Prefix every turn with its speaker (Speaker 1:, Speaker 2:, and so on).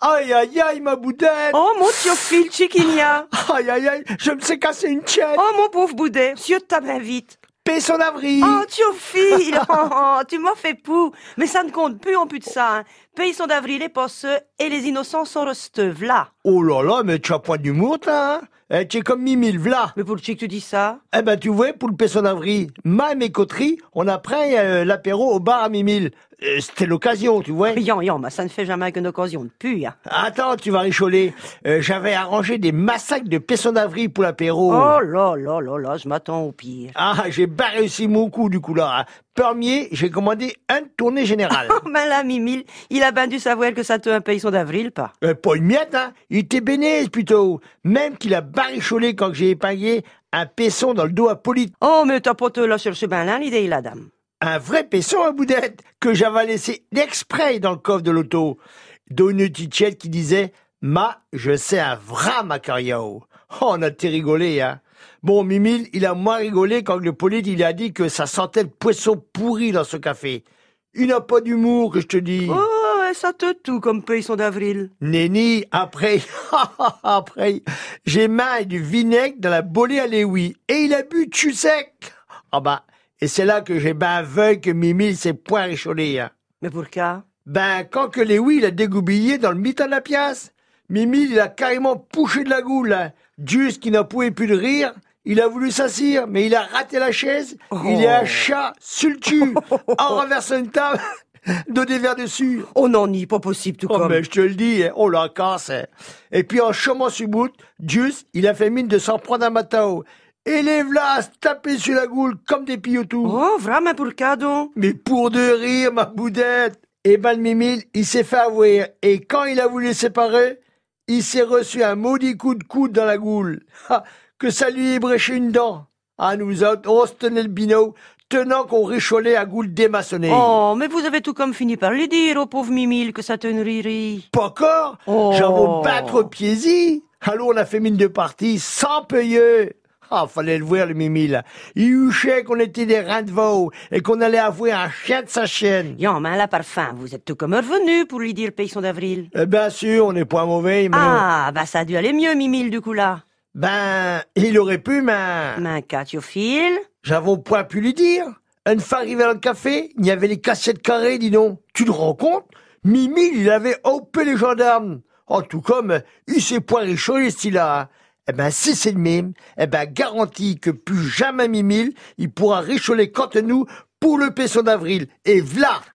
Speaker 1: Aïe, aïe, aïe, ma boudette
Speaker 2: Oh, mon Théophile Chiquinia
Speaker 1: Aïe, aïe, aïe, je me suis cassé une tienne
Speaker 2: Oh, mon pauvre boudet Monsieur de ta main vite
Speaker 1: Paix son avril
Speaker 2: Oh, Théophile oh, oh, Tu m'en fais pou Mais ça ne compte plus en plus de ça hein. Pays sont d'avril, les penseux et les innocents sont resteux, v'là
Speaker 1: Oh là là, mais tu as point d'humour, toi, hein Eh, Tu es comme Mimile, v'là
Speaker 2: Mais pour le chic, tu dis ça
Speaker 1: Eh ben, tu vois, pour le paix son avril, ma et coterie, on a pris euh, l'apéro au bar à Mimile. Euh, C'était l'occasion, tu vois
Speaker 2: Mais Yan, yan, bah, ça ne fait jamais qu'une occasion de pu, hein.
Speaker 1: Attends, tu vas richoler. Euh, J'avais arrangé des massacres de paix son avril pour l'apéro.
Speaker 2: Oh là là là là, je m'attends au pire.
Speaker 1: Ah, j'ai pas réussi mon coup, du coup, là. hein. Premier, j'ai commandé un tournée général.
Speaker 2: Oh, mais là, Mimile, il a bien dû savoir que ça te un paysson d'avril, pas
Speaker 1: Euh, pas une miette, hein. Il était bénise plutôt. Même qu'il a baricholé quand j'ai épinglé un pesson dans le dos à Polyte.
Speaker 2: Oh, mais t'as pas te là sur ce bain-là, l'idée, la dame.
Speaker 1: Un vrai pesson à boudette que j'avais laissé exprès dans le coffre de l'auto. Dont une tichette qui disait Ma, je sais un vrai macario. Oh, on a été rigolé, hein. Bon, Mimile, il a moins rigolé quand le Polyte, il a dit que ça sentait le poisson pourri dans ce café. Il n'a pas d'humour, que je te dis.
Speaker 2: Oh, ouais, ça te tout comme paysson d'avril.
Speaker 1: Nenni, après, après, j'ai mis du vinaigre dans la bolée à Léoui. Et il a bu tu sec. Ah bah, et c'est là que j'ai ben aveugle que Mimi s'est point réchaudé. hein.
Speaker 2: Mais pourquoi
Speaker 1: Ben, quand que Léoui l'a dégoubillé dans le mitin de la pièce, Mimi, il a carrément poussé de la goule. hein. Juste qu'il n'a pouvait plus de rire, il a voulu s'assire, mais il a raté la chaise. Il est un chat sultu, en renversant une table, donné vers dessus.
Speaker 2: Oh non, ni pas possible tout
Speaker 1: Oh,
Speaker 2: comme.
Speaker 1: mais je te le dis, hein, on la casse. hein. Et puis en chômant sur bout, Dius, il a fait mine de s'en prendre à Matao. Et les v'là à se taper sur la goule comme des pilloutous.
Speaker 2: Oh, vraiment pour donc
Speaker 1: Mais pour de rire, ma boudette Et ben le Mimile, il s'est fait avouer. Et quand il a voulu les séparer, il s'est reçu un maudit coup de coude dans la goule. Ah, que ça lui ait bréché une dent. Ah, nous autres, on se tenait le binot, tenant qu'on récholait à goule démaçonnée.
Speaker 2: Oh, mais vous avez tout comme fini par le dire au pauvre Mimile que ça te ririe.
Speaker 1: pas encore
Speaker 2: Oh.
Speaker 1: J'en veux battre piési Alors on a fait mine de partie sans payer Ah, fallait le voir, le mimile. Il huchait qu'on était des reins de veau et qu'on allait avouer un chien de sa chienne.
Speaker 2: Yan, mais là, parfum, vous êtes tout comme revenu pour lui dire paysson d'avril.
Speaker 1: Eh bien sûr, on n'est point mauvais, mais...
Speaker 2: Ah, bah ça a dû aller mieux, Mimile, du coup là.
Speaker 1: Ben, il aurait pu, mais...
Speaker 2: Mais qu'à Théophile
Speaker 1: J'avons point pu lui dire. Une fois arrivé dans le café, il y avait les cassettes carrées, dis donc. Tu te rends compte Mimile, il avait hopé les gendarmes. En tout comme, euh, il s'est point réchaudé, ce là Eh ben, si c'est le même, eh ben, garanti que plus jamais Mimile, il pourra réchauffer contre nous pour le paisson d'avril. Et v'là